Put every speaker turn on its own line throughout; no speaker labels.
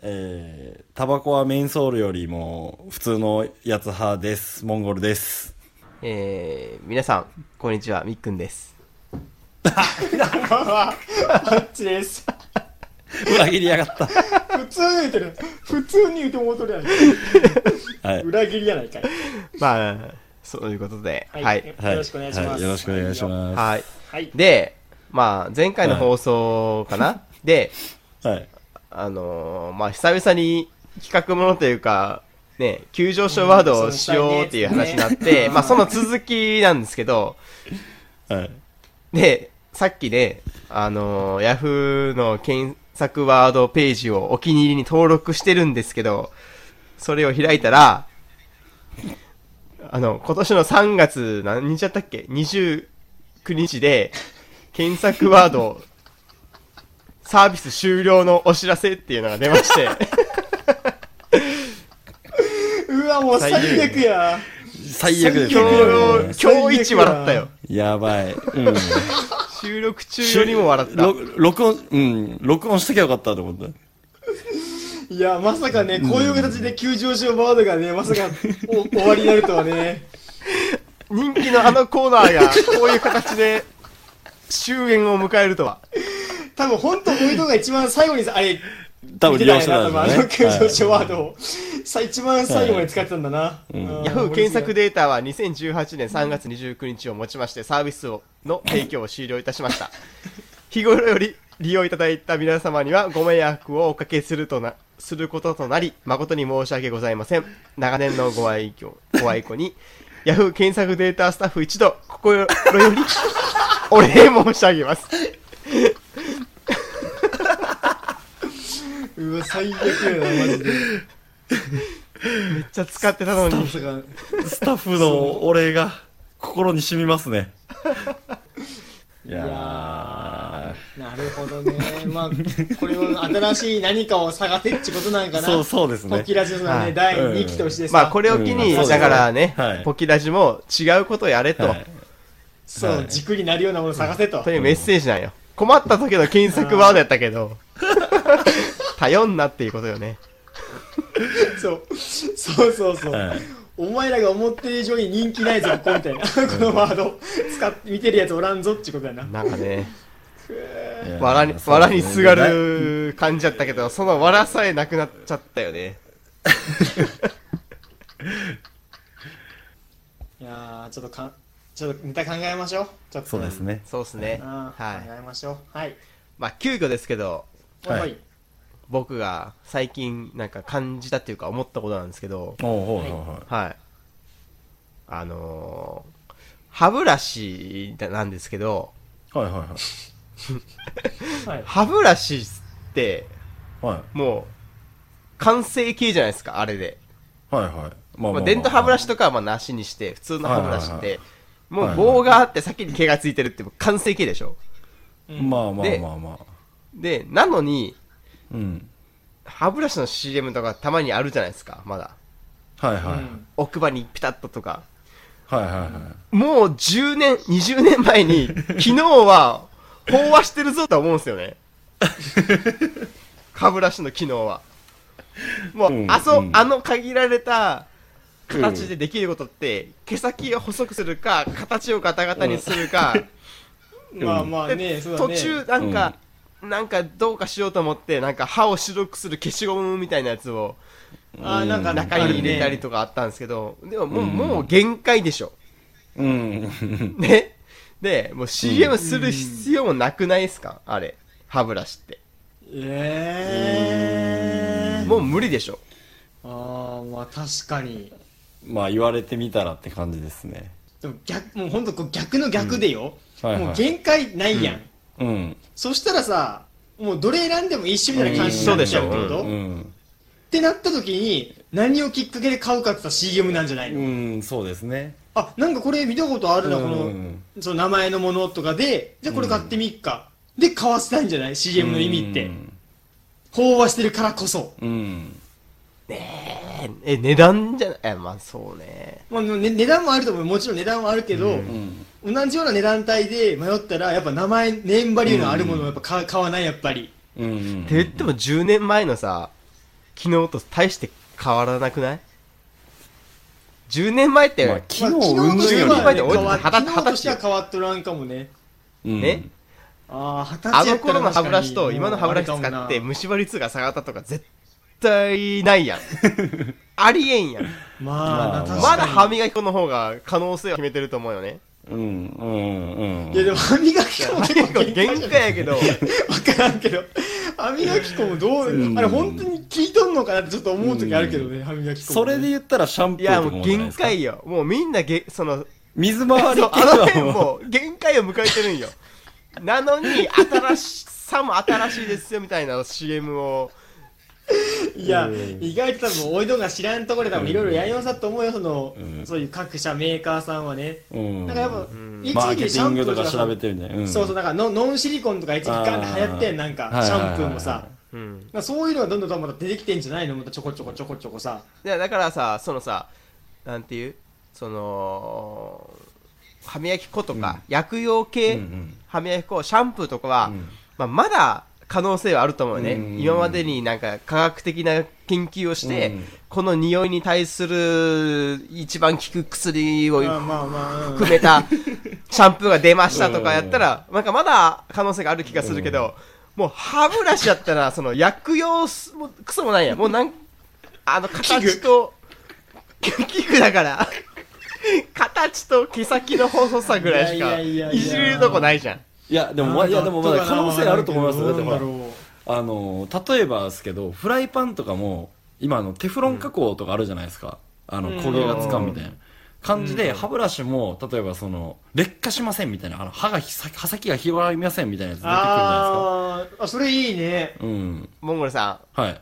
えー、タバコはメンソールよりも普通のやつ派です。モンゴルです。
えー、皆さん、こんにちは、みっくん です。
こんばんは。あっちです。
裏切りやがった。
普通に言うてる。普通に言うてもうとるやないか
はい
い。。裏切りやないかい。
まあ、そういうことで、はい。はい。
は
よろしくお願いします。
はよろしくお願いしま
はい。
で、まあ、前回の放送かな、で、
す。はい。
あのーまあ、久々に企画ものというか、ね、急上昇ワードをしようっていう話になっ
うんそうしたい
て、
ね
まあ、その続きなんですけど、
はい。
で、さっきね、あのー、ヤフーの検索ワードページをお気に入りに登録してるんですけど、それを開いたら、あの、今年の3月、何日だったっけ ?29 日で、検索ワード、サービス終了のお知らせっていうのが出まして、
うわ、もう最悪や。
最悪です
今日
ね。
の、今日一笑ったよ。
やばい。うん。
収録中よりも笑った。
ろ録音、うん。録音しときゃよかったと思った。
いや、まさかね、こういう形で急上昇ワードがね、まさかお終わりになるとはね。
人気のあのコーナーが、こういう形で、終焉を迎えるとは。
多分本当こういうのが一番最後にさあれ、
多分利用して
な
た
多
ん
分あ
だ
の
ね。
急上昇ワード
はい
を。さ一番最後まで使ってたんだな。うん
ヤフー検索。データは2018年3月29日をもちましてサービスをの提供を終了いたしました。日頃より利用いただいた皆様にはご迷惑をおかけするとな、することとなり、誠に申し訳ございません。長年のご愛嬌、ご愛顧に、ヤフー検索データスタッフ一度、心より、お礼申し上げます。
うわ、最悪やな、マジで。
めっちゃ使ってたの
ま
に。
さか。
スタッフのお礼が心に染みますね。い
い
や
やーなるほどね。 まあ、これは新しい何かを探せってことなんか
ー。
な。
そう、そうです
ポ
ね
キ。ラジオの
は
ね、
い
第2期としてですか
まあこれを機に、
うん
だからね、
はい
ポキラジも違うことをやれと、
はい
そう、
はい
軸になるようなものを探せと
と。いうメッセージなんよ。困った時の検索ワードやったけど、頼んなっていうことよね。
そう。そうそうそう。
はい。
お前らが思ってる以上に人気ないぞ、ここみた いな。このワード、使って、見てるやつおらんぞってことやな。
なんかね、
いやー
わらに、わらにすが。る感じやったけど、そのわらさえなくなっちゃったよね。
いやー、ちょっとかん、ちょっとネタ考えましょう。ちょっと。
そうですね。
そうっすね。
あー考
は
えましょう。はい。
い。まあ、急遽ですけど、
はい
はい。
僕が最近なんか感じたっていうか思ったことなんですけど、
おうほうほうほう。
はい。あのー、歯ブラシだなんですけど、
はいはいはい。
はい。
歯ブラシって、
は
もう、完成形じゃないですか、あれで。
いはいはい。ま
まあ、電動歯ブラ
シ。
シとかはまあなしにして、普通の歯ブラシっ
はいはい
て、も
は
う
いはいはい
棒があって先に毛がついてるってもう完成形でしょ。
まあまあ
で
まあまあ。
で、なのに、
うん。
歯ブラシの CM とかたまにあるじゃないですか、まだ。
はいはい。
うん
奥歯にピタッととか。
はいはいはい。
もう10年、20年 前に、昨日は、飽和してるぞと思うんです よね。歯ブラシの機能は。もう、
うん
あそ、
うん
あの限られた形でできることって、毛先を細くするか、形をガタガタにするか、
まあまあね、
で
そうだ
途
ね。
中なんか、なんかどうかしようと思って、なんか歯を白くする消しゴムみたいなやつを
あーなんか
中に入れたりとかあったんですけど、でももう、もう限界でしょ。
うん。
ね。で、もう CM する必要もなくないですか、あれ。歯ブラシって。
ええー。
もう無理でしょ。
ああまあ確かに
まあ言われてみたらって感じですね。
でも逆もうほんとこう逆の逆でよ、
うんはいはい
もう限界ないやん、
うん。
そしたらさもうどれ選んでも一緒みたいな感じに
う
なんっちゃうってこ
一緒でし
と、
ょ
う
っ
ん。
てなった時に何をきっかけで買うかって言ったら CM なんじゃないの、
うん、そうですね。
あなんかこれ見たことあるな、
うん
このその名前のものとかでじゃあこれ買ってみっか、で買わせたんじゃない CM の意味って、飽和してるからこそ、
うん。
え、え値段じゃないえ、まあそうね。
まあね、値段もあると思うもちろん値段はあるけど、
うん。
同じような値段帯で迷ったらやっぱ名前ネームバリューのあるものをやっぱ買,、買わないやっぱり
うん。
って言っても10年前のさ、昨日と大して変わらなくない ?10 年前って、
まあ、
まあ
昨日云々
昨
よ
日
り
と
10年前で
は
俺
変わっ
二十
昨日としては変わっとらんかもね。
うん
ね
ああ、二十
あ
歳や
の
ったら
頃の歯ブラシ
確
と
かに
今の歯ブラシ
もうあれか
使っ
も
て
な
虫歯率が下がったとか絶対ないやん。 ありえんやん。
まあ、
まあ
確か
ま
に
だ歯磨き粉の方が可能性を決めてると思うよね。
うんうんうん
いやでも歯磨き粉も
歯
結
磨
構
き粉
限界
限
じゃない
界やけ ど、
分からんけど歯磨き粉もどう、
うん
あれ本当に効いとんのかなってちょっと思う時あるけどね、歯磨き粉も
そ
ね、
れで言ったらシャンプ
いや
ーと
も
かも
う
じゃない
限
ですか
界よ。もうみんなげ、その、
水回り
そう
系
あの
は
辺
もう
もう限界を迎えてるんよ。なのに、新しさも新しいですよみたいな CM を。
いや、
うん
意外と多分おいどんが知らんところで多分いろいろやりまさと思うよその、
うん
そういう各社メーカーさんはね、
うん
なんかやっぱ、
ん
一
マーケ
時期
テ
シャ
ィン
ンプ
グ
ー
と
と
か
か
調べてるね、ん、
そうそうなんかノノンシリコンとか一時期ガンって流行ってんなん
あー
かシャンプーも
はいはい
さ
はい
うん。
なんかそういうのがどんどんどんどんまた出てきてんじゃないのまたちょこちょこちょこちょこさ
いやだからさそのさなんていうその歯磨き粉とか、薬用系、
うんうん
歯磨き粉シャンプーとかは、
うん
まあ、まだ可能性はあると思うね、
うん
今までになんか科学的な研究をして、
うん
この匂いに対する一番効く薬を
まあまあまあ、うん
含めたシャンプーが出ましたとかやったら、なんかまだ可能性がある気がするけど、もう歯ブラシやったら、その薬用す、もうクソもないやん。もうなん、あの形と、器具だ から、形と毛先の細さぐらいしか、
いやいやいやいや
いじれるとこないじゃん。
いやでもまいやでもまだ可能性あると思いますよだってほら
どうなんだろう
あの例えばですけどフライパンとかも今あのテフロン加工とかあるじゃないですか、あの
うん
焦げがつかんみたいな感じで、歯ブラシも例えばその劣化しませんみたいなあの歯がひさ歯先が広がりませんみたいなやつ出てくるじゃ
あーあそれいいね
ないですかうん
モンゴルさん、
はい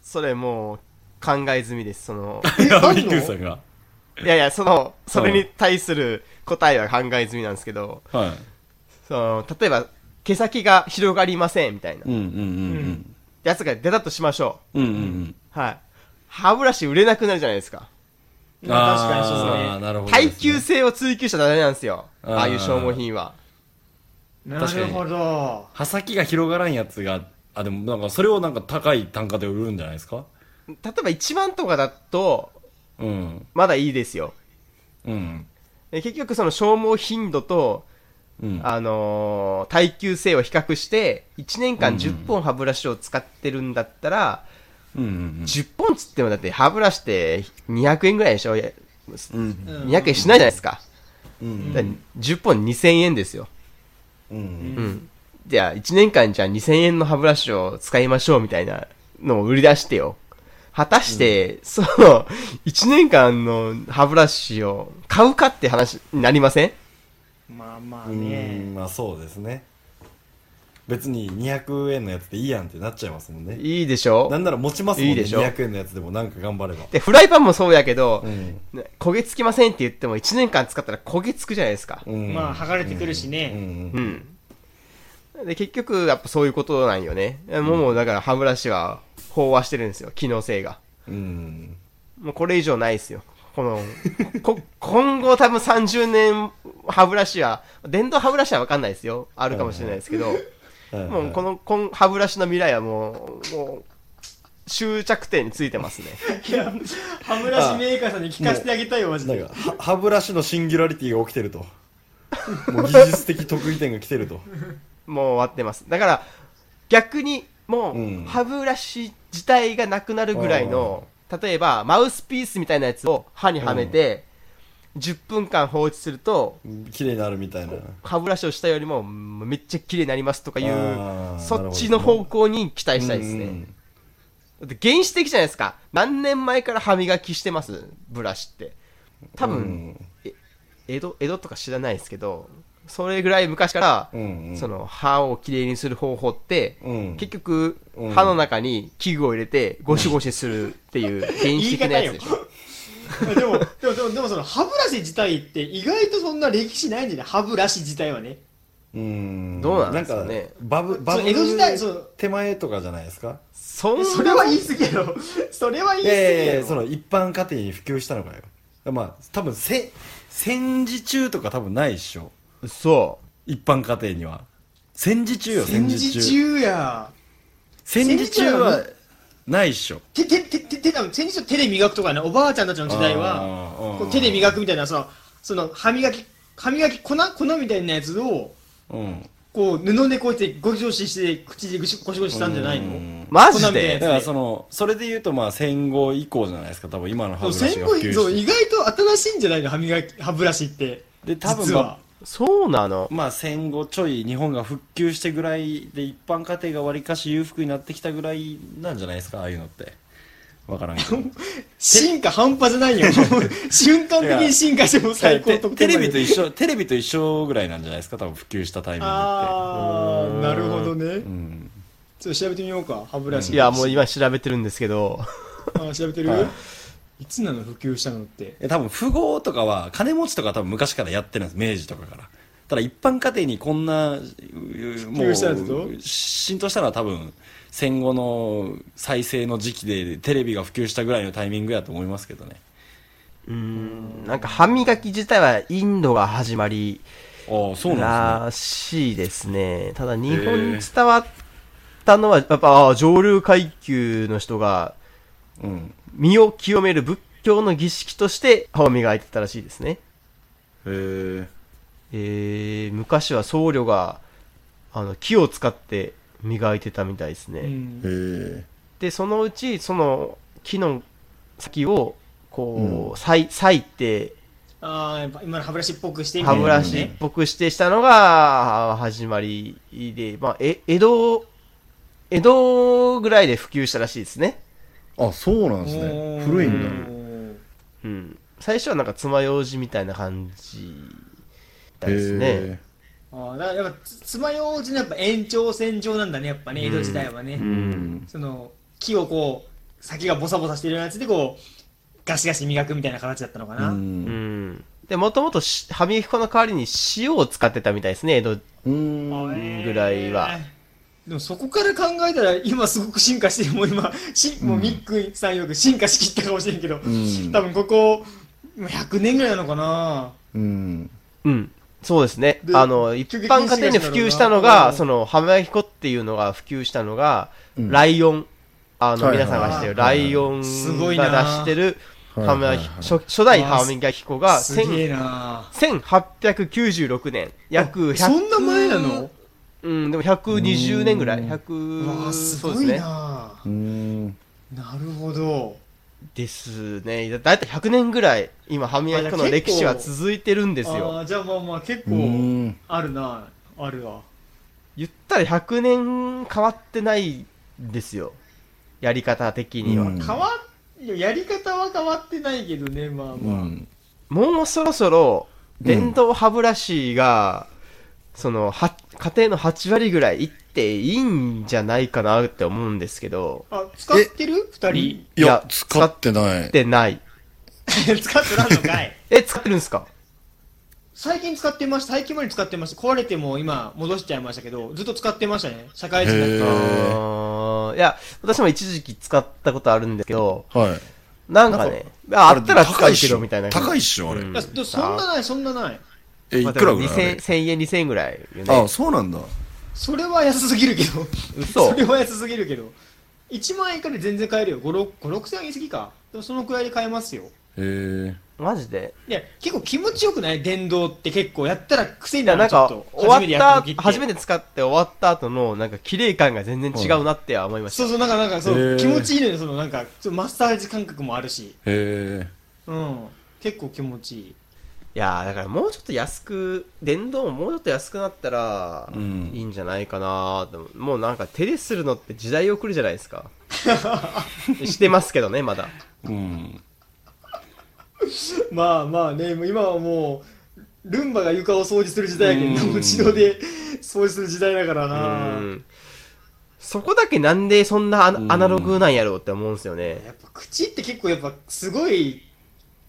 それもう、考え済みです。その、
えあんの
びっくりしたが
いやいや、その、それに対する答えは考え済みなんですけど、
はい
その、例えば、毛先が広がりません、みたいな
う。んうんうん
やつが出たとしましょう。
うんうんうん
はい。歯ブラシ売れなくなるじゃないですか。
う
確
ん
かにそう
あー
ね
なるほどですね
耐久性を追求したらダメなんですよ。
あー
ああいう消耗品は。
なるほど
刃先が広がらんやつがあでもなんかそれをなんか高い単価で売るんじゃないですか
例えば1万とかだと、
うん
まだいいですよ。
うん
で結局その消耗頻度と、
うん
あのー耐久性を比較して、1年間
うん
10本歯ブラシを使ってるんだったら、
うんうん
10本つってもだって歯ブラシって200円ぐらいでしょ
うん
うん
?200 円しないじゃないですか。
うん
だから10本2000円ですよ。
うんうん
うん。じゃあ、1年間じゃあ2000円の歯ブラシを使いましょうみたいなのを売り出してよ。果たして、その、1年間の歯ブラシを買うかって話になりません
まあまあ
うーん
ね
まあそうですね別に200円のやつでいいやんってなっちゃいますもんね
いいでし
な
ょ
んなら持ちますもんね
いいでしょ
200円のやつでもなんか頑張れば
で、フライパンもそうやけど
う、ん、
ね焦げつきませんって言っても1年間使ったら焦げつくじゃないですか。
うん、
まあ剥がれてくるし
うんう
ね
うんん。で、結局、やっぱそういうことなんよね。もうだから歯ブラシは飽和してるんですよ、機能性が。
うん
もうこれ以上ないですよ。この、こ、今後多分30年歯ブラシは、電動歯ブラシはわかんないですよ。あるかもしれないですけど、
はい
もうこの、こん歯ブラシの未来はもう、もう、終着点についてますね。
いや歯ブラシメーカーさんに聞かせてあげたいよマジ
なん
で
かは歯ブラシのシンギュラリティが起きてるともう技術的得意点が来てると
もう終わってます。だから、逆に、も
うん
う、歯ブラシ自体がなくなるぐらいの、例えば、マウスピースみたいなやつを歯にはめて、10分間放置すると、
綺麗になるみたいな
歯ブラシをしたよりもめっちゃ綺麗になりますとか
あ
い
ー
うそっちの方向に期待したいですね、だって原始的じゃないですか何年前から歯磨きしてますブラシって多分、え江戸江戸とか知らないですけどそれぐらい昔から、
うんうん
その歯をきれいにする方法って、
うん
結局、
うん
歯の中に器具を入れてゴシゴシするっていう原始的なやつでしょ
でもでもでもでもその歯ブラシ自体って意外とそんな歴史ないんじゃない歯ブラシ自体はね
うん
どうなんですかね
なんかバブバ
そ
ブ
う江戸時代そう
手前とかじゃないですか
そんな
それは言い過ぎやろそれは言い
いやいやい
過ぎや
やそ
ろ
の一般家庭に普及したのかよまあ多分せ戦時中とか多分ないっしょ
そ
一般家庭には戦時中よ
戦
戦
時
時中
中や
戦時中は
戦時中
ないっしょ。
手、手、手、手、手、多分先日の手で磨くとかね、おばあちゃんたちの時代は、
あー
こう手で磨くみたいな、その、その、歯磨き、歯磨き粉粉みたいなやつを、
うん。
こう、布でこうやってご上司して、口でゴシゴシゴシしたんじゃないの
うん
マジ
こんなん
だ
で
で
からその、それで言うとまあ戦後以降じゃないですか、多分今の歯
そう
ブラシ
戦
が
後
普
以
及
そう
して。
意外と新しいんじゃないの歯磨き、歯ブラシって。
で、多分
実
ま
は
あ、
そうなの
まあ戦後ちょい日本が復旧してぐらいで一般家庭がわりかし裕福になってきたぐらいなんじゃないですか、ああいうのって。わからんけど。
進化半端じゃないよ。瞬間的に進化しても 最高
テ
得
テ
点
レ
ま
ビ
で
と一緒、テレビと一緒ぐらいなんじゃないですか、多分普及したタイミング
あ
うー
ー、
ん
なるほどね。
って。
ちょっと調べてみようか、歯ブラシ。
いや、もう今調べてるんですけど、
あ調べてる、
はい
い、つなの普及したのって。
うん。多分富豪とかは、金持ちとかは多分昔からやってるんです、明治とかから。ただ一般家庭にこんな、うも
及したやつぞ
う、浸透したのは多分、戦後の再生の時期でテレビが普及したぐらいのタイミングやと思いますけどね。
うーん、なんか歯磨き自体はインドが始まり
ああ、そうなんで
らしいですね。ただ日本に伝わったのは、やっぱあー上流階級の人が
すね。うん。
身を清める仏教の儀式として歯を磨いてたらしいですね。
へえ。
えー、昔は僧侶があの木を使って磨いてたみたいですね。
うん
へえ。
でそのうちその木の先をこ
う
う裂い裂いて
ああ、やっぱ今の歯ブラシっぽくしてみた
歯
いな
ブ
ね
ラシっぽくしてしたのが始まりで、まあ、え江戸江戸ぐらいで普及したらしいですね、
あ、そうなんです
お
ね。
ー
古い
うん
だ。
うん、最初はなんか爪楊枝みたいな感じだですね
へ
ああ、だからやっぱ、つ爪楊枝のやっぱ延長線上なんだね、やっぱね、
うん
江戸時代はね。
え。うん。。
その、木をこう、先がボサボサしてるようなやつでこう、ガシガシ磨くみたいな形だったのかな。
うんんでもともとし歯磨き粉の代わりに塩を使ってたみたいですね江戸
うん。
んぐらいは
でもそこから考えたら今すごく進化してもう今し、もうミックさんよく進化しきったかもしれんけど、
うん
多分ここもう100年ぐらいなのかな
うん。
うん。そうですね。
で
あの、一般家庭に普及したのが、
急激に進化したのが
その、浜焼き粉っていうのが普及したのが、
うん
ライオン。あの、
はいはい
皆さんが知ってる、
は
ラ
いはい
イオンが出
すごいな
してる、
は
浜
いはいはい
焼き、初初代浜焼き粉が、
すげえ
1000
な
1896年。約100。
そんな前なの
うん、でも120年ぐらい。
うん
うわ
100、
あす
そうで
ご
す
い
ね。
な、
うん。
なるほど
ですね。だだいたい100年ぐらい、今、浜焼き粉の歴史は続いてるんですよ。
あーじゃあまあまあ結
う
構
ん
あるなあるわ
言ったら100年変わってないんですよ。やり方的には。
うん
変わっやり方は変わってないけどねまあ
う
まあ、
ん。
もうそろそろ、
ん
電動歯ブラシが、その、は、家庭の8割ぐらいいっていいんじゃないかなって思うんですけど、
あ使ってる2人
い
いや
や、使ってない。
でない。
使ってらんのかい
え、使ってるんですか
最近使ってました。最近まで使ってました。壊れても今戻しちゃいましたけど、ずっと使ってましたね。社会人だ
へ
っ
ー
あーいや、私も一時期使ったことあるんですけど、
はい。
なんかね、ああったら使うけどみたいな。
高いっしょ、あれ。
うん
た。いや、そんなない、そんなない。
え、い
まあ
くらぐらいあ
でも2000
れ
1000円、2000円ぐらいよ
あ
ね。
そうなんだ。
それは安すぎるけど。
嘘
それは安すぎるけど。1万円から全然買えるよ。5、6、5、6000円言い過ぎか。でもそのくらいで買えますよ。
へえ。
マジで
いや、結構気持ちよくない電動って結構やったら癖に
いや、
な
なん
るちょ
か
っと、。
終わった、初め
て。
て使って終わった後の、なんか、綺麗感が全然違うなっては思いまし
そ
た。
うそう、なんか、なんか、そ
へ
う、
ー
気持ちいいのよ。その、なんか、ちょっとマッサージ感覚もあるし。
へ
うん。結構気持ちいい。
いやーだからもうちょっと安く、電動ももうちょっと安くなったら
う、ん
いいんじゃないかなと思うもうなんか、手でするのって時代遅れじゃないですか。してますけどね、まだ。
え。うん。
まあまあね、もう今はもう、ルンバが床を掃除する時代やけ
うん
ど、もう自動で 掃除する時代だから
う
な。
ん。そこだけなんでそんなア
うん
アナログなんやろうって思うんですよね。
やっぱ口って結構やっぱすごい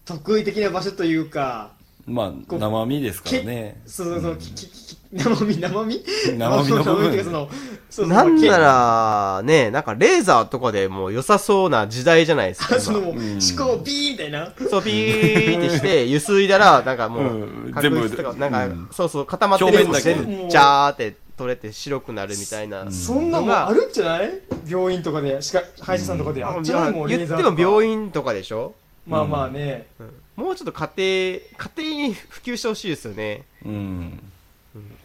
得意的な場所というか、
まあ、
こう
生身ですからね。
そのその、ききき生身、生身
生身 の部分
っていうかその、そうそう
なんなら、ね、なんかレーザーとかでもう良さそうな時代じゃないですか。
け
今
そのも
う
う、
ん
思考ビーンみたいな。
そう、ピーってして、ゆすいだら、なんかも
う、
うん角質と
全
か、
部
なん
う
か
ん、
そうそう、固まってる
表
の
面
が
だけ
全部、ジャーって取れて白くなるみたいな。
そんなもん
まあ
あるんじゃない病院とかで、しか、歯医者さんとかでやっちゃうもん、
言っても病
院。
院とかでしょ、
まあまあね。
うんもうちょっと家庭、家庭に普及してほしいですよね。
うん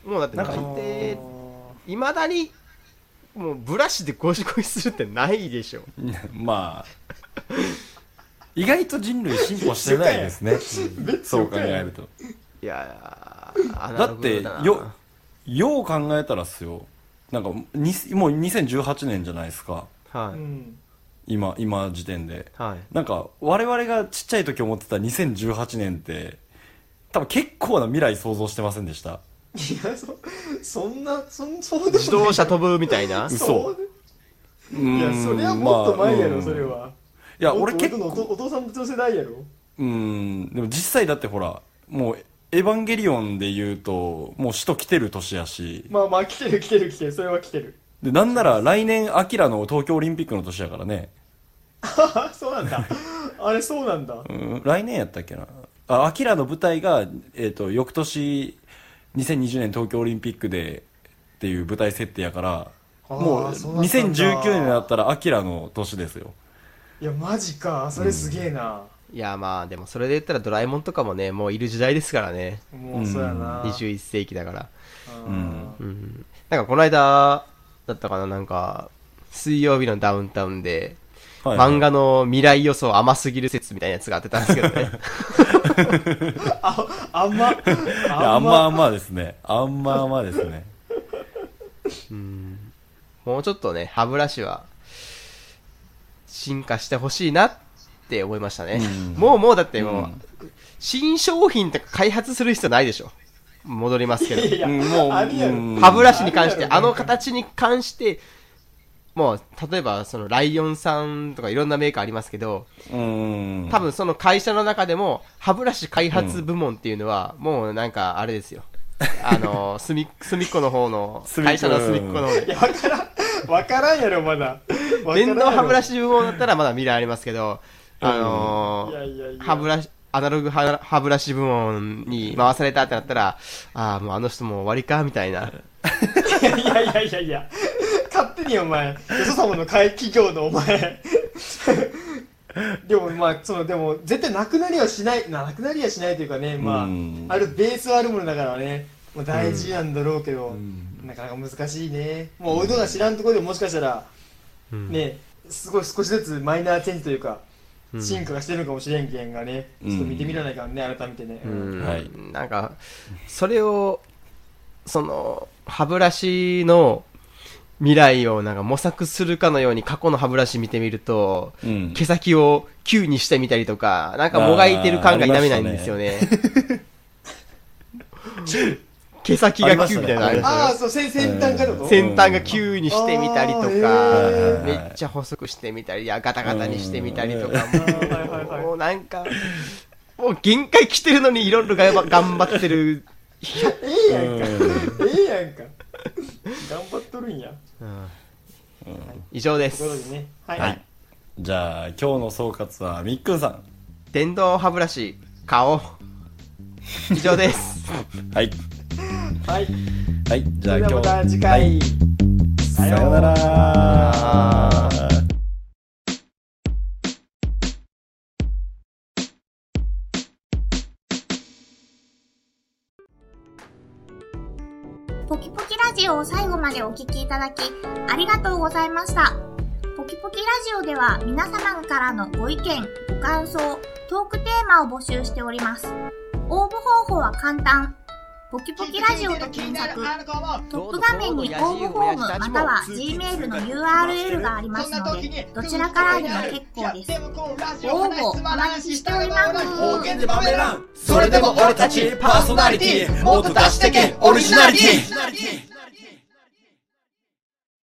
もうだって
なん
あ
か
の
家庭、
ー
いまだに、もうブラシでゴシゴシするってないでしょ。
まあ意外と人類進歩してないですねうんそう考えると
いやー、
だって
アナログな
よよう考えたらっすよなんかにもう2018年じゃないですか
う
はい。
ん。
今今時点で
はい。
なんか我々がちっちゃい時思ってた2018年って多分結構な未来想像してませんでした
いや、そ、そんな、そん、そうでもない
自動車飛ぶみたいな。
嘘
そう
い
いや、それはもっと前やろ、それは。
いや
もっ
俺
と
結
お父お父さんの世代やろ。
うんでも実際だってほらもう「エヴァンゲリオン」で言うともう首都来てる年やし
まあまあ、来てる来てる来てる、それは来てる。
でなんなら来年アキラの東京オリンピックの年やからね、
あそうなんだ。 あれ、そうなんだ。
うん、来年やったっけなあアキラの舞台が、えー、と翌年2020年東京オリンピックでっていう舞台設定やから
あー
もう
そうだったんだ
2019年だったらアキラの年ですよ
いや、マジか。それすげえな。
いや、まあ、でもそれで言ったらドラえもんとかもね、もういる時代ですからね。
もう、そうやな。
21世紀だから。
うん
うん。なんかこの間、だったかな、なんか、水曜日のダウンタウンで、
はい
漫画の未来予想甘すぎる説みたいなやつがあってたんですけど ね。
あんま、
いやあんまあんまですねあんまあんまです ね
もうちょっとね、歯ブラシは、進化してほしいなって思いましたね。
うん
もうもうだってもう、
うん
新商品とか開発する必要ないでしょ。戻りますけど。
いや、
うんもう
ありやろ
うん
歯ブラシに関して、
あ
あ
るやろ
の形に関して、もう、例えば、その、ライオンさんとかいろんなメーカーありますけど、
うん
多分その会社の中でも、歯ブラシ開発部門っていうのは、もうなんか、あれですよ。あ の、隅っ、隅っこの方の、
隅っこ
会社の隅っこの方で
い。や、わからん。わからんやろ、まだ。わからんや
電
ろ
動歯ブラ。シ部門だったらまだ未来ありますけど、あの
いや
ー、
いやいや。
歯ブラシ、アナログ歯歯ブラシ部門に回されたってなったら、ああ、もうあの人もう終わりか、みたいな。
いやいやいやいやいや。勝手にお前、よそ様の会企業のお前。 でもまあ、その、でも、絶対なくなりはしない、なくなりはしないというかね、ま
うん
あ、あるベースはあるものだからね、もう大事なんだろうけど、
ん
なかなか難しいね。もう、おいどが知らんところでもしかしたら、
うん
ね、すごい少しずつマイナーチェンジというか、
うん
進化がしてるのかもしれんけんがね、ちょっと見てみらないからね、改めてね。
うん
はい
なんか、それを、その、歯ブラシの未来をなんか模索するかのように過去の歯ブラシ見てみると、
うん
毛先を9にしてみたりとか、なんかもがいてる感が否めないんですよね。 毛先が9みたいなのあるでしょ
ああ、そう、先先端かと
うん
先端が急にしてみたりとか、
あー
へー
めっちゃ細くしてみたり、いや、ガタガタにしてみたりとか、
うんはいはいはい
もうなんか、もう限界来てるのにいろいろ頑張 頑張ってる。
ええやんか。ええやんか。頑張っとるんや。
以上で
ということ
す。
でね。はい。
はいじゃあ今日の総括はみっくんさん
電動歯ブラシ、買おう。以上です。
はい
はい。
はいじ
そ
ゃあ
れ
今
では
日
また次
は
回
い。さような
あー
ら
ポキポキラジオを最後までお聞きいただき、ありがとうございました。ポキポキラジオでは皆様からのご意見、ご感想、トークテーマを募集しております。応募方法は簡単。ポキポキラジオと検索、トップ画面に応募フォームまたは Gmail の URL がありますので、どちらからでも結構です。応募お待ちしております。
でバメランそれでも俺たちパーソナリティもっと出してけオリジナリティ